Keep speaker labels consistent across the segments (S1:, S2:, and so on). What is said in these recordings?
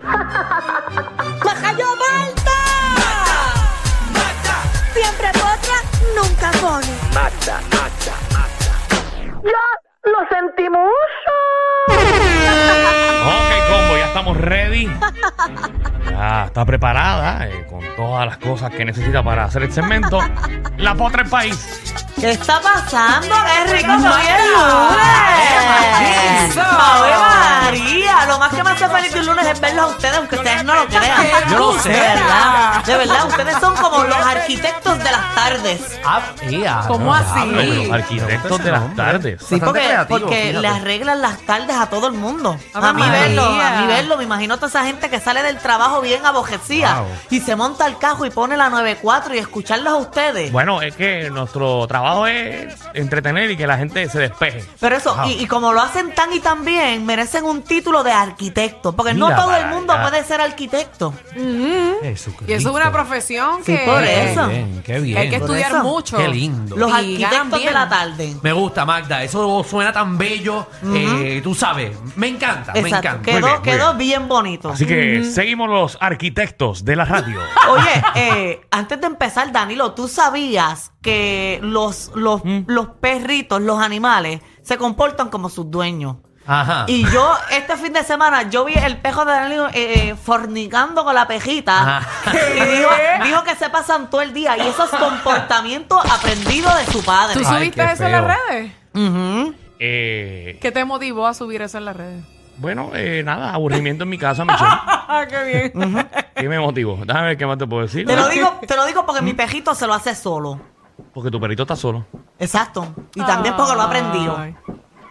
S1: ¡Baja yo, Malta! ¡Mata! ¡Mata! Siempre potra, nunca pone.
S2: Mata, mata, mata.
S1: ¡Ya lo sentimos!
S3: Ok, combo, ya estamos ready. Ya está preparada eh, con todas las cosas que necesita para hacer el segmento. La potra del país.
S4: ¿Qué está pasando? ¡Qué rico soy el lunes! ¡Ave María! Lo más que me hace feliz de un lunes es verlos a ustedes, aunque ustedes no lo crean.
S5: Yo lo sé.
S4: De verdad, de verdad, ustedes son como los arquitectos de las tardes.
S5: Ah, ea,
S6: ¿Cómo
S5: no,
S6: así?
S5: diablo,
S3: Ah, Los
S5: pero
S3: arquitectos de las tardes.
S4: Sí,
S5: Bastante
S4: porque,
S5: creativo,
S4: porque
S5: fíjate.
S4: le arreglan las tardes a todo el mundo.
S6: Ave
S4: A mí verlo, a
S6: María.
S4: mí verlo. Me imagino toda esa gente que sale del trabajo bien abojecida
S5: Wow.
S4: y se monta al cajo y pone la 94 y escucharlos a ustedes.
S3: Bueno, es que nuestro trabajo es entretener y que la gente se despeje.
S4: Pero eso,
S5: Wow.
S4: y, y como lo hacen tan y tan bien, merecen un título de arquitecto, porque no
S3: Mira
S4: todo
S3: para
S4: el mundo
S3: allá.
S4: puede ser arquitecto.
S6: Y eso es una profesión que,
S4: por
S6: que
S4: eso.
S5: Qué bien, qué bien.
S6: hay que
S4: Por
S6: estudiar
S4: eso.
S6: mucho.
S5: Qué lindo.
S4: Los
S6: Y ganan
S4: arquitectos
S6: bien.
S4: de la tarde.
S5: Me gusta, Magda. Eso suena tan bello. eh, tú sabes, me encanta, me
S4: Exacto,
S5: encanta.
S4: quedó,
S5: Muy bien, muy
S4: quedó
S5: bien.
S4: bien, bonito.
S3: Así que seguimos los arquitectos de la radio.
S4: Oye, eh, antes de empezar, Danilo, ¿tú sabías que los, los, los perritos, los animales, se comportan como sus dueños?
S5: Ajá.
S4: Y yo, este fin de semana, yo vi el pejo de Danilo eh, fornicando con la pejita.
S5: Ajá.
S4: Y dijo, dijo que se pasan todo el día. Y eso es comportamiento aprendido de su
S6: ¿Tú
S4: padre.
S5: Ay,
S6: subiste
S5: qué
S6: eso en las
S5: feo.
S6: redes?
S4: Ujú.
S3: Eh,
S6: ¿Qué te motivó a subir eso en las redes?
S3: bueno, eh, nada, aburrimiento en mi casa, Michelle.
S6: Ah, qué bien.
S3: ¿Qué me motivó? Déjame ver qué más te puedo decir.
S4: Te lo digo, te lo digo porque mi pejito se lo hace solo.
S3: Porque tu perrito está solo.
S4: Exacto. Y también porque lo ha aprendido.
S6: Ay.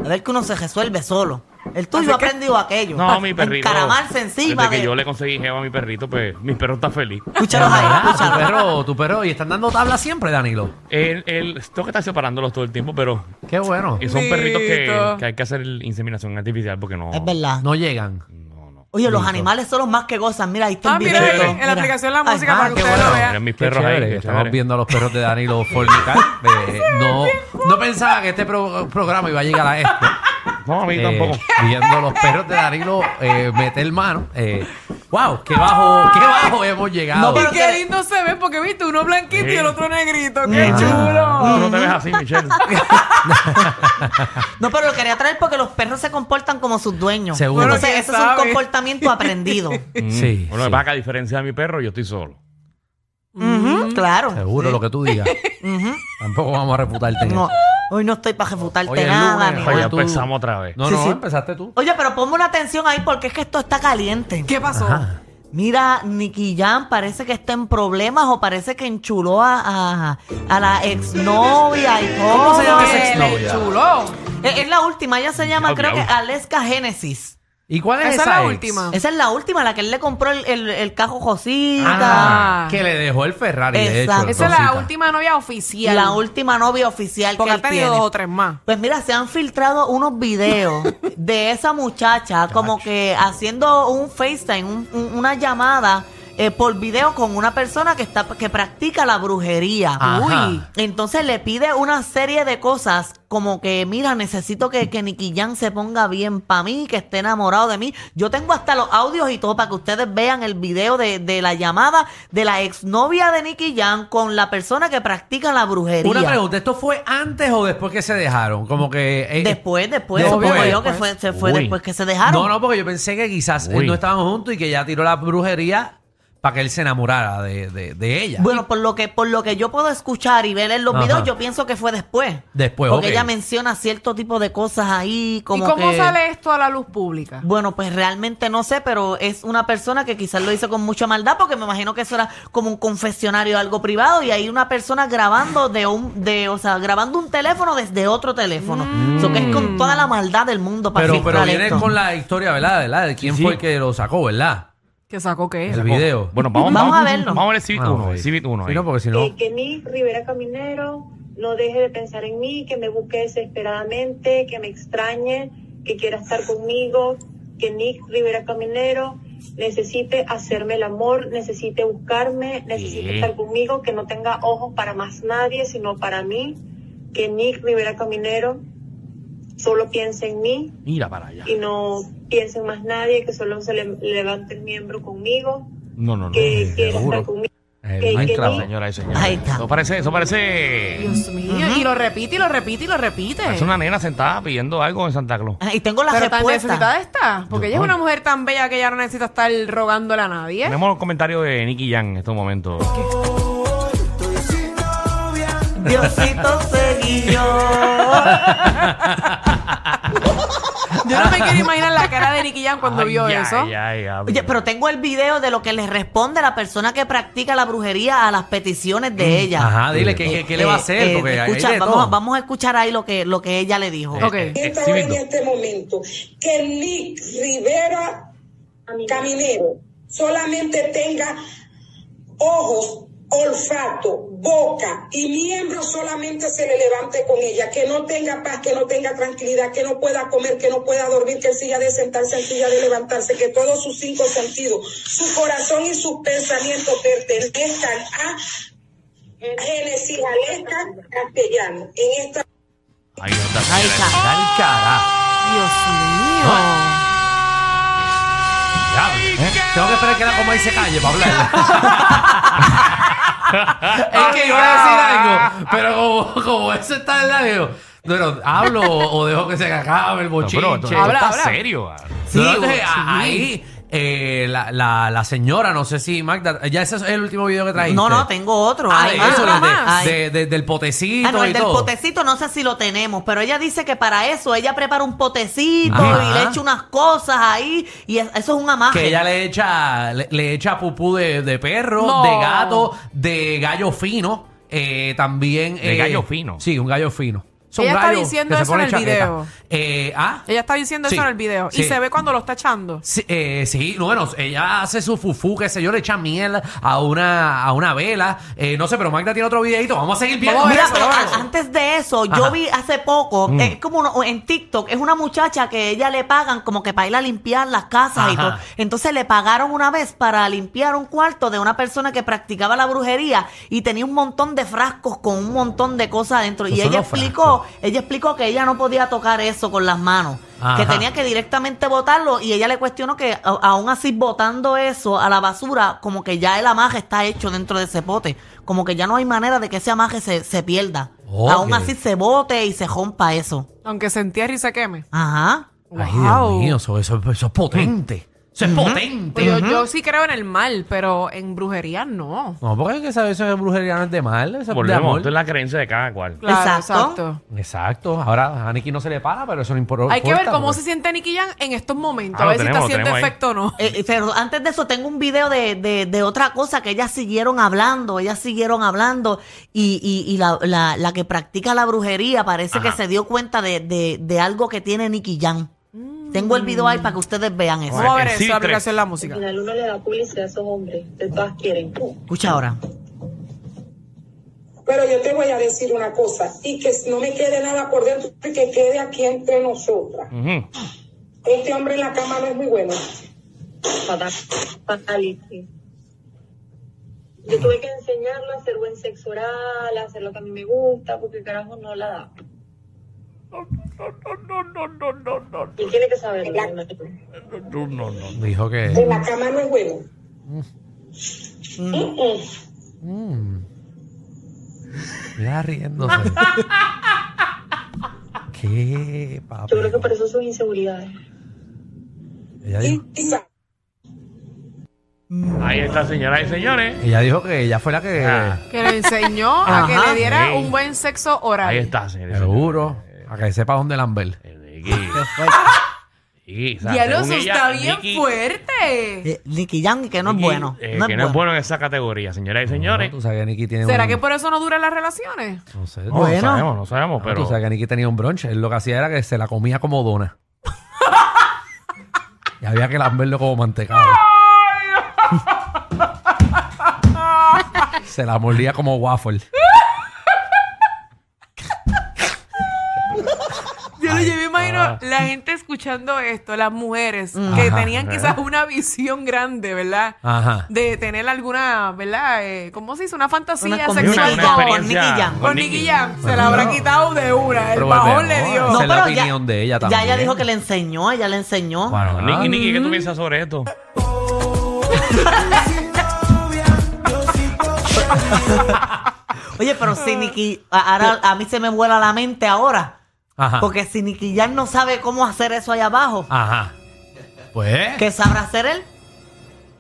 S4: A ver que uno se resuelve solo. El tuyo ha aprendido aquello.
S3: No, mi perrito.
S4: Encaramarse encima
S3: Desde que
S4: de-
S3: yo le conseguí jeva a mi perrito, pues mi perro está feliz.
S4: Escúchalos
S5: Ah,
S4: ahí,
S5: tu
S4: escúchalos.
S5: perro, tu perro. Y están dando tabla siempre, Danilo.
S3: Él, él, tengo que estar separándolos todo el tiempo, pero
S5: Qué bueno.
S3: son perritos que,
S6: Listo.
S3: que hay que hacer inseminación artificial porque no.
S4: Es verdad.
S5: No llegan.
S3: No, no.
S4: Oye, los animales son los más que gozan. Mira, ahí está
S6: Ah,
S4: el
S6: mira,
S4: video.
S6: en- en la aplicación la música
S5: ah,
S6: para que
S5: qué
S6: ustedes lo
S5: bueno.
S3: Miren
S6: vean.
S3: mis
S5: Qué
S3: perros
S5: chévere,
S3: ahí.
S5: que
S3: qué
S5: Estamos
S3: chévere.
S5: viendo a los perros de Danilo fornicar. Eh, no, no pensaba que este pro- programa iba a llegar a esto.
S3: No, a mí
S5: Eh,
S3: tampoco.
S5: viendo los perros de Danilo eh, meter mano. Eh, wow, qué bajo, qué bajo hemos llegado.
S4: No, pero-
S6: Y qué lindo se ve porque viste uno blanquito y el otro negrito. ¡Qué
S3: Ah.
S6: chulo!
S3: Tú no te ves así, Michelle.
S4: No, pero lo quería traer porque los perros se comportan como sus dueños.
S5: Seguro.
S4: Entonces,
S6: Bueno,
S4: ese
S6: ¿quién
S4: es un
S6: sabe?
S4: comportamiento aprendido.
S3: Mm.
S5: Sí,
S3: Bueno, me
S5: sí.
S3: pasa que a diferencia de mi perro, yo estoy solo.
S4: Ujú, claro.
S5: Seguro lo que tú digas.
S4: Ah, Ujú.
S5: Tampoco vamos a refutarte. en
S4: No,
S5: eso.
S4: hoy no estoy para refutarte
S5: Hoy es
S4: nada.
S5: lunes,
S4: ni
S3: Pues
S5: Oye,
S3: ya
S4: nada.
S5: Ah, tú-
S3: empezamos otra vez.
S5: No,
S4: Sí,
S5: no,
S4: sí.
S5: empezaste tú.
S4: Oye, pero ponme una atención ahí porque es que esto está caliente.
S6: ¿Qué pasó?
S5: Ajá.
S4: Mira, Nicky Jam parece que está en problemas o parece que enchuló a, a, a la exnovia y todo. Eh,
S5: ¿Cómo se llama esa
S6: Eh, le
S5: exnovia?
S6: chulo.
S4: Es, es la última, ella se llama,
S3: Ya,
S4: creo que
S3: ya.
S4: Aleska Genesis.
S5: ¿Y cuál
S6: Esa
S5: es esa?
S6: es la
S5: ex?
S6: última.
S4: Esa es la última, la que él le compró el, el, el cajo Josita.
S5: Ah, que le dejó el Ferrari, de hecho.
S4: Exacto.
S5: el
S6: Esa es la
S5: Rosita.
S6: última novia oficial.
S4: la última novia oficial
S6: Porque
S4: que
S6: ha
S4: él
S6: tenido
S4: tiene.
S6: dos o tres más.
S4: Pues mira, se han filtrado unos videos de esa muchacha como que haciendo un FaceTime, un- un- una llamada eh, por video con una persona que está que practica la brujería.
S5: Ajá.
S6: Uy.
S4: Entonces le pide una serie de cosas como que, mira, necesito que, que Nicky Jam se ponga bien para mí, que esté enamorado de mí. Yo tengo hasta los audios y todo para que ustedes vean el video de, de la llamada de la exnovia de Nicky Jam con la persona que practica la brujería.
S5: Una pregunta, ¿esto fue antes o después que se dejaron? Como que... eh,
S4: Después, después,
S5: Después.
S4: supongo yo que fue, se fue
S3: Uy.
S4: después que se dejaron.
S5: No, no, porque yo pensé que quizás
S3: Uy.
S5: eh, no estaban juntos y que ya tiró la brujería para que él se enamorara de, de- de ella.
S4: Bueno, por lo que por lo que yo puedo escuchar y ver en los
S5: Ajá.
S4: videos, yo pienso que fue después.
S5: Después,
S4: Porque
S5: ok.
S4: ella menciona cierto tipo de cosas ahí, como
S6: ¿Y cómo
S4: que-
S6: sale esto a la luz pública?
S4: Bueno, pues realmente no sé, pero es una persona que quizás lo hizo con mucha maldad, porque me imagino que eso era como un confesionario, algo privado, y hay una persona grabando de un, de, o sea, grabando un teléfono desde otro teléfono. Eso que es
S6: Mm.
S4: con toda la maldad del mundo para
S5: pero pero
S4: filtrar
S5: viene
S4: esto.
S5: con la historia, ¿verdad? ¿verdad? De quién
S3: Sí, sí.
S5: fue el que lo sacó, ¿verdad?
S6: ¿Que sacó qué?
S5: El video.
S3: Bueno, vamos,
S4: Vamos a verlo.
S3: Vamos a ver el Civit
S5: Ah,
S3: 1.
S5: ok.
S3: El Civit 1.
S5: Sí, no, porque si no. eh,
S7: Que, que mi Rivera Caminero no deje de pensar en mí, que me busque desesperadamente, que me extrañe, que quiera estar conmigo, que Nick Rivera Caminero necesite hacerme el amor, necesite buscarme, necesite
S3: Sí.
S7: estar conmigo, que no tenga ojos para más nadie, sino para mí, que Nick Rivera Caminero solo piense en mí,
S3: Mira para allá.
S7: y
S5: eh,
S7: no piense en más nadie, que solo se le- levante el miembro conmigo,
S3: No, no, no.
S7: que
S5: eh,
S7: quiera
S5: seguro.
S7: estar conmigo.
S5: El
S7: que- que
S5: Minecraft.
S7: no-
S3: Señora y señora.
S4: Ahí está.
S3: Eso parece, eso parece.
S6: Dios mío. Y lo repite, y lo repite, y lo repite.
S3: Parece una nena sentada pidiendo algo en Santa Claus.
S4: Ah, Y tengo la
S6: Pero tan
S4: respuesta.
S6: necesitada está. Porque ella es
S3: Yo-
S6: una mujer tan bella que ella no necesita estar rogándole a nadie.
S3: Tenemos los comentarios de Nicky Jan en estos momentos.
S4: Diosito se guió.
S6: Yo no me quiero imaginar la cara de Nicky Jam cuando
S3: Ay,
S6: vio
S3: ay,
S6: eso.
S3: ay, ay, ay.
S4: Oye, pero tengo el video de lo que le responde la persona que practica la brujería a las peticiones de ella.
S5: Mm, Ajá, dile que, que- que le va a hacer.
S4: Eh, eh,
S5: porque ahí
S4: escucha,
S5: hay de
S4: vamos,
S5: todo. Eh.
S4: a- vamos a escuchar ahí lo que, lo que ella le dijo.
S6: Ok.
S3: Exhibit
S8: ahora en
S3: dos.
S8: este momento que Nick Rivera Caminero solamente tenga ojos, olfato, boca y miembro solamente se le levante con ella, que no tenga paz, que no tenga tranquilidad, que no pueda comer, que no pueda dormir, que él siga de sentarse, él siga de levantarse, que todos sus cinco sentidos, su corazón y sus pensamientos pertenezcan a Génesis Aleja Castellano. En esta
S3: Ahí está.
S4: Ahí está.
S5: Da el cara.
S6: Dios mío.
S5: Diablo, ¿eh? Tengo que esperar que la coma y se calle para hablar. es que iba
S4: Ah.
S5: a decir algo, pero como, como eso está en la digo, bueno, hablo o o dejo que se acabe el
S3: No,
S5: bochinche.
S3: pero esto- esto
S6: Habla,
S3: está
S6: habla.
S3: serio. ah.
S5: Sí,
S4: Sí,
S5: entonces,
S4: sí.
S5: a- ahí eh, la, la, la señora, no sé si Magda, ya ese es el último video que trajiste.
S4: No, no, tengo otro.
S5: Ah,
S4: Ay,
S5: de
S4: ah,
S5: eso,
S4: ah,
S5: de- de-
S4: ay.
S5: de- de- del potecito
S4: Ah, no, el
S5: y
S4: del
S5: todo.
S4: potecito no sé si lo tenemos, pero ella dice que para eso ella prepara un potecito
S5: Ajá.
S4: y le echa unas cosas ahí y es- eso es un amaje.
S5: Que ella le echa, le, le echa pupú de, de perro,
S6: No.
S5: de gato, de gallo fino. eh, también.
S3: ¿De
S5: eh,
S3: gallo fino?
S5: Sí, un gallo fino. Es un
S6: Ella está
S5: gallo
S6: diciendo
S5: que se
S6: eso en
S5: pone
S6: el
S5: chaqueta.
S6: video.
S5: Eh, ¿ah?
S6: Ella está diciendo
S5: Sí,
S6: eso en el video.
S5: sí.
S6: Y se ve cuando lo está echando.
S5: Sí, eh, sí, no, bueno, ella hace su fufú, qué sé yo, le echa miel a una, a una vela. Eh, no sé, pero Magda tiene otro videito. Vamos a seguir viendo.
S6: Vamos a ver
S4: Mira,
S6: eso,
S4: pero
S6: vamos a
S4: a-
S6: ver eso.
S4: antes de eso, yo
S5: Ajá.
S4: vi hace poco,
S3: Mm.
S4: es como uno- en TikTok, es una muchacha que ella le pagan como que para ir a limpiar las casas y
S5: Ajá.
S4: todo. Entonces le pagaron una vez para limpiar un cuarto de una persona que practicaba la brujería y tenía un montón de frascos con un montón de cosas adentro.
S5: Esos
S4: Y
S5: son
S4: ella
S5: los
S4: explicó,
S5: frascos.
S4: ella explicó que ella no podía tocar eso con las manos. Que
S5: Ajá.
S4: tenía que directamente botarlo y ella le cuestionó que a- aún así botando eso a la basura, como que ya el amaje está hecho dentro de ese pote, como que ya no hay manera de que ese amaje se, se pierda.
S5: Ok.
S4: Aún así se bote y se rompa eso.
S6: Aunque se entierre y se queme.
S4: Ajá.
S5: Ay,
S6: Wow.
S5: Dios mío, eso, eso- eso es potente. Eso es potente.
S6: Pues yo, yo sí creo en el mal, pero en brujería no.
S5: No, porque es que esa- eso de brujería no es de mal, eso es de
S3: Volvemos.
S5: amor.
S3: Esto es la creencia de cada cual.
S6: Claro,
S4: Exacto.
S6: exacto.
S5: Exacto. Ahora a Nicky no se le para, pero pues. eso no impor- importa.
S6: Hay que ver cómo
S5: porque-
S6: se siente Nicky Jam en estos momentos.
S3: Ah,
S6: a
S3: lo
S6: ver si
S3: tenemos,
S6: está
S3: lo
S6: haciendo
S3: tenemos ahí.
S6: efecto o no.
S4: Eh, eh, pero antes de eso tengo un video de, de- de otra cosa que ellas siguieron hablando, ellas siguieron hablando y, y- y la, la- la que practica la brujería parece que se dio cuenta de, de- de algo que tiene Nicky Jam. Tengo el video ahí para que ustedes vean eso.
S6: Vamos a ver
S3: en
S6: eso,
S3: sí,
S6: la
S3: tres.
S6: aplicación de la
S7: Al
S6: música.
S7: final uno le da publicidad a esos hombres, de todas quieren.
S4: Escucha ahora.
S8: Pero yo te voy a decir una cosa, y que no me quede nada por dentro, y que quede aquí entre nosotras.
S3: Ujú.
S8: Este hombre en la cama no es muy bueno.
S7: Fatal- Fatality. Yo tuve que enseñarlo a hacer buen sexo oral, a hacer lo que a mí me gusta, porque carajo no la da. Y tiene que saberlo.
S5: Dijo
S8: En
S5: que.
S8: la cama no es bueno. Mm-mm.
S5: "Mm, Mira riéndose. ¿Qué, papá?
S7: Yo creo que por eso sus inseguridades.
S5: Ella
S8: Y
S5: dijo.
S8: quizá,
S3: Ahí está, señoras y señores.
S5: Ella dijo que ella fue la que.
S3: Ah,
S6: Que le enseñó a
S4: Ajá.
S6: que le diera
S3: Sí.
S6: un buen sexo oral.
S3: ahí está, señores. Eh,
S5: Seguro. A que sepa dónde lamber.
S6: Diablo, eso está bien fuerte.
S4: Eh, Nicky Jam, que no es bueno.
S3: Eh,
S4: no es
S3: que
S4: bueno.
S3: no es bueno en esa categoría, señoras y señores.
S5: Tú sabes que Nicky tiene
S6: ¿Será
S5: un-
S6: que por eso no duran las relaciones?
S5: No sé.
S3: No,
S4: Bueno.
S3: no sabemos, no sabemos,
S5: Pero... Tú sabes
S3: pero.
S5: que Nicky tenía un brunch. Él lo que hacía era que se la comía como dona. y había que lamberlo como mantecado. se la mordía como waffle.
S6: Yo, lo- yo me imagino la gente escuchando esto, las mujeres que
S5: Ajá.
S6: tenían quizás una visión grande, ¿verdad?
S5: Ajá.
S6: De tener alguna, ¿verdad? Eh, ¿Cómo se dice? Una fantasía
S4: Una
S3: Sí,
S6: sexual
S4: conmigo,
S3: una- una
S6: con-
S3: experiencia
S4: Nicky Jam.
S3: con
S6: con
S3: Nicky.
S6: Nicky Jam. Se la habrá quitado de una. El
S5: Pero
S6: bajón
S5: volvemos.
S6: le dio.
S5: Esa
S4: No,
S5: es la
S4: pero
S5: opinión de ella
S4: Ya ella
S5: también.
S4: dijo que le enseñó, ella le enseñó.
S5: Bueno, nada.
S3: Niki, Niki, ¿qué
S4: Mm.
S3: tú piensas sobre esto?
S4: Oye, pero si Nicky, a- ahora a mí se me vuela la mente ahora.
S5: Ajá.
S4: Porque si Nicky Jam no sabe cómo hacer eso allá abajo,
S5: Ajá. Pues.
S4: ¿qué sabrá hacer él?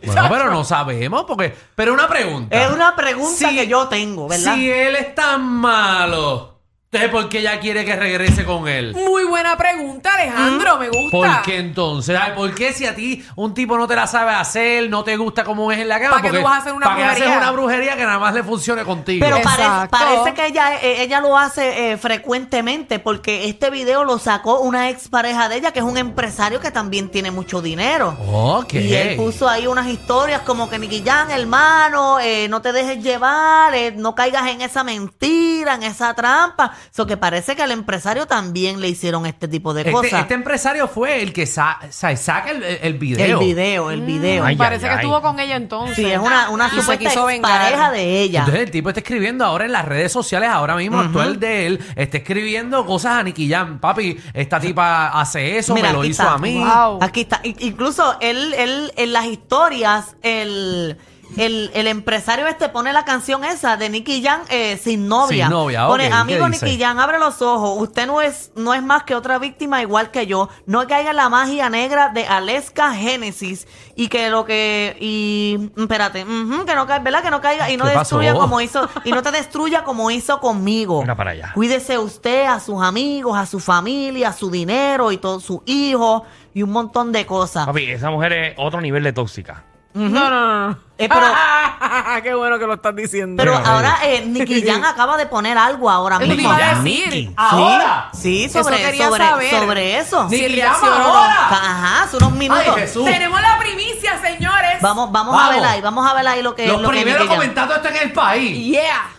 S5: Bueno, pero no sabemos porque. Pero una pregunta.
S4: Es una pregunta
S5: Sí.
S4: que yo tengo, ¿verdad?
S5: Si él es tan malo, entonces ¿por qué ella quiere que regrese con él?
S6: Muy buena pregunta, Alejandro. Me gusta.
S5: ¿Por qué entonces?
S6: Ah.
S5: Ay, ¿Por qué si a ti un tipo no te la sabe hacer, no te gusta cómo es en la cama?
S6: ¿Para qué tú
S5: Porque-
S6: vas a hacer una
S5: ¿para qué
S6: brujería?
S5: haces una brujería que nada más le funcione contigo?
S4: Pero pare-
S6: Exacto.
S4: parece que ella, eh, ella lo hace eh, frecuentemente porque este video lo sacó una expareja de ella que es un empresario que también tiene mucho dinero.
S5: ok.
S4: Y él puso ahí unas historias como que Nicky Jam, hermano, eh, no te dejes llevar, eh, no caigas en esa mentira, en esa trampa. Eso que parece que al empresario también le hicieron este tipo de
S5: este,
S4: cosas.
S5: este empresario fue el que sa- sa- saca el, el- el
S4: el
S5: video. Mm.
S4: video, el video.
S3: Ay,
S6: Parece
S3: ay,
S6: que
S3: ay.
S6: estuvo con ella entonces.
S4: sí, es una, una
S6: Y se
S4: supuesta
S6: quiso vengar.
S4: pareja de ella.
S5: Entonces el tipo está escribiendo ahora en las redes sociales, ahora mismo actual de él, está escribiendo cosas a Nicky Jam. Papi, esta tipa hace eso,
S4: Mira,
S5: me lo
S4: aquí
S5: hizo
S4: está.
S5: a mí.
S6: Wow.
S4: Aquí está. I- Incluso él, él en las historias, el, el, el empresario este pone la canción esa de Nicky Jam eh, sin novia.
S5: Sin novia,
S4: Pone,
S5: ok, ¿y qué
S4: amigo
S5: dice?
S4: Nicky Jam, abre los ojos. Usted no es, no es más que otra víctima igual que yo. No caiga en la magia negra de Alaska Genesis. Y que lo que. Y. Espérate. ujú, que no caiga, ¿verdad? Que no caiga. Y no
S5: ¿Qué pasó?
S4: destruya como hizo. Y no te destruya como hizo conmigo.
S3: Mira para allá.
S4: Cuídese usted a sus amigos, a su familia, a su dinero y todos sus hijos y un montón de cosas.
S3: Papi, esa mujer es otro nivel de tóxica.
S6: No, no, no.
S4: Eh, pero-
S6: qué bueno que lo estás diciendo.
S4: Pero
S5: Mira,
S4: ahora eh, Nicky Jan acaba de poner algo ahora
S6: Es lo que
S4: mismo.
S6: iba a decir.
S5: ¡Ahora!
S4: Sí,
S6: Eso
S4: sobre
S6: quería
S4: sobre,
S6: saber.
S4: sobre eso.
S6: Sí.
S5: ¡Nicky
S6: le
S5: Jam
S6: accionó.
S5: ahora!
S4: Ajá, hace unos minutos.
S5: ¡Ay, Jesús!
S6: Tenemos la primicia, señores.
S4: Vamos, vamos, a
S5: Vamos.
S4: ver ahí, vamos a ver ahí lo que
S5: Los
S4: lo que
S5: primeros
S4: Nicky Jam.
S5: comentando esto en el país.
S6: Yeah.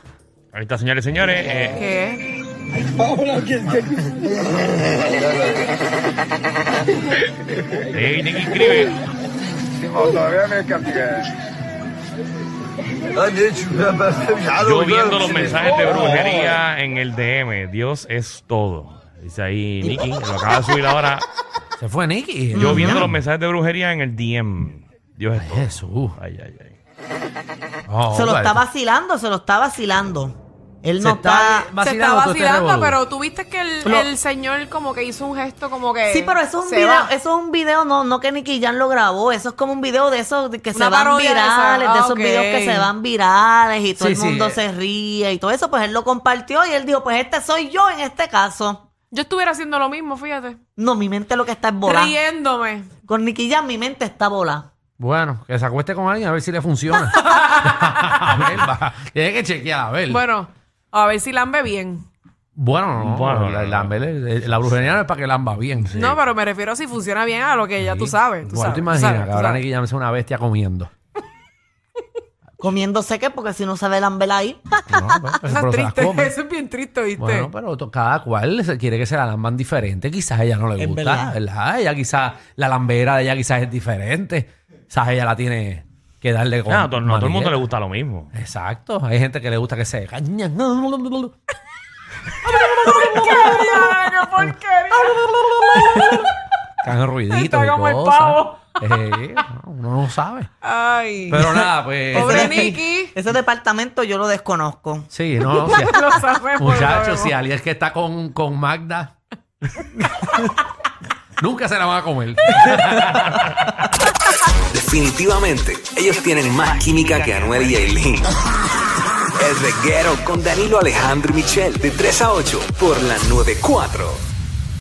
S3: Ahí está, señores y señores. eh,
S6: ¿Qué?
S3: eh, Nicky escribe. Yo viendo los mensajes de brujería en el DM. Dios es todo. Dice ahí Nicky, que lo acaba de subir ahora.
S5: Se fue Nicky.
S3: Yo viendo los mensajes de brujería en el DM. Dios es todo.
S5: Jesús.
S3: Ay, ay, ay.
S5: Oh,
S4: Se lo
S5: vale.
S4: está vacilando, se lo está vacilando. Él
S5: Se
S4: no
S5: está
S4: está,
S6: Se
S5: vacilando.
S6: está
S5: todo este
S6: vacilando,
S5: revolú.
S6: pero tú viste que el,
S4: Lo-
S6: el señor como que hizo un gesto como que.
S4: Sí, pero eso es un
S6: se
S4: video,
S6: va.
S4: eso es un video, no, no que Nicky Jam lo grabó, eso es como un video de esos de que
S6: Una
S4: se van
S6: parodia de esa.
S4: virales, de,
S6: Ah,
S4: esos
S6: ok.
S4: videos que se van virales y todo
S5: Sí,
S4: el mundo
S5: sí.
S4: se ríe y todo eso, pues él lo compartió y él dijo, pues este soy yo en este caso.
S6: Yo estuviera haciendo lo mismo, fíjate.
S4: No, mi mente lo que está es volada.
S6: Riéndome.
S4: Con Nicky Jam mi mente está volada.
S5: Bueno, que se acueste con alguien a ver si le funciona. a ver, va. Tiene que chequear, a ver.
S6: Bueno, a ver si lambe bien.
S5: Bueno, no,
S3: Bueno,
S5: la,
S3: no.
S5: la- la- la brujería no es para que lamba bien.
S6: No, pero me refiero a si funciona bien a lo que ya tú sabes. Tú
S5: Bueno,
S6: sabes,
S5: te
S6: tú
S5: imaginas
S6: sabes,
S5: que
S6: tú
S5: ahora
S6: sabes.
S5: Nicky Jam es una bestia comiendo.
S4: Comiéndose qué, porque si no sabe la vela ahí.
S5: No, pues,
S6: Eso
S5: pero,
S6: es
S5: se las
S6: triste,
S5: come.
S6: eso es bien triste, ¿viste?
S5: Bueno, pues. pero to- cada cual se- quiere que se la lamban diferente. Quizás a ella no le
S4: Es
S5: gusta,
S4: verdad.
S5: ¿verdad? Ella quizás, la lambera de ella quizás es diferente. Quizás ella la tiene que darle con
S3: No, a todo- no a todo el mundo
S5: manigueta.
S3: le gusta lo mismo.
S5: Exacto. Hay gente que le gusta que se... Pero
S6: ¡Porquería! ¡Qué porquería!
S5: Que hagan ruiditos
S6: Está
S5: y
S6: como el
S5: cosas.
S6: pavo.
S5: Eh, uno no sabe.
S6: Ay.
S5: Pero nada, pues...
S6: Pobre
S4: Ese-
S6: Nicky.
S4: Ese departamento yo lo desconozco.
S5: Sí, no, no, si-
S6: Lo sabemos, lo
S5: Muchachos,
S6: sabemos.
S5: si alguien que está con, con Magda, nunca se la van a comer.
S9: Definitivamente, ellos tienen más química que Anuel y Aileen. El reguero con Danilo Alejandro y Michel de 3 a 8 por la 94.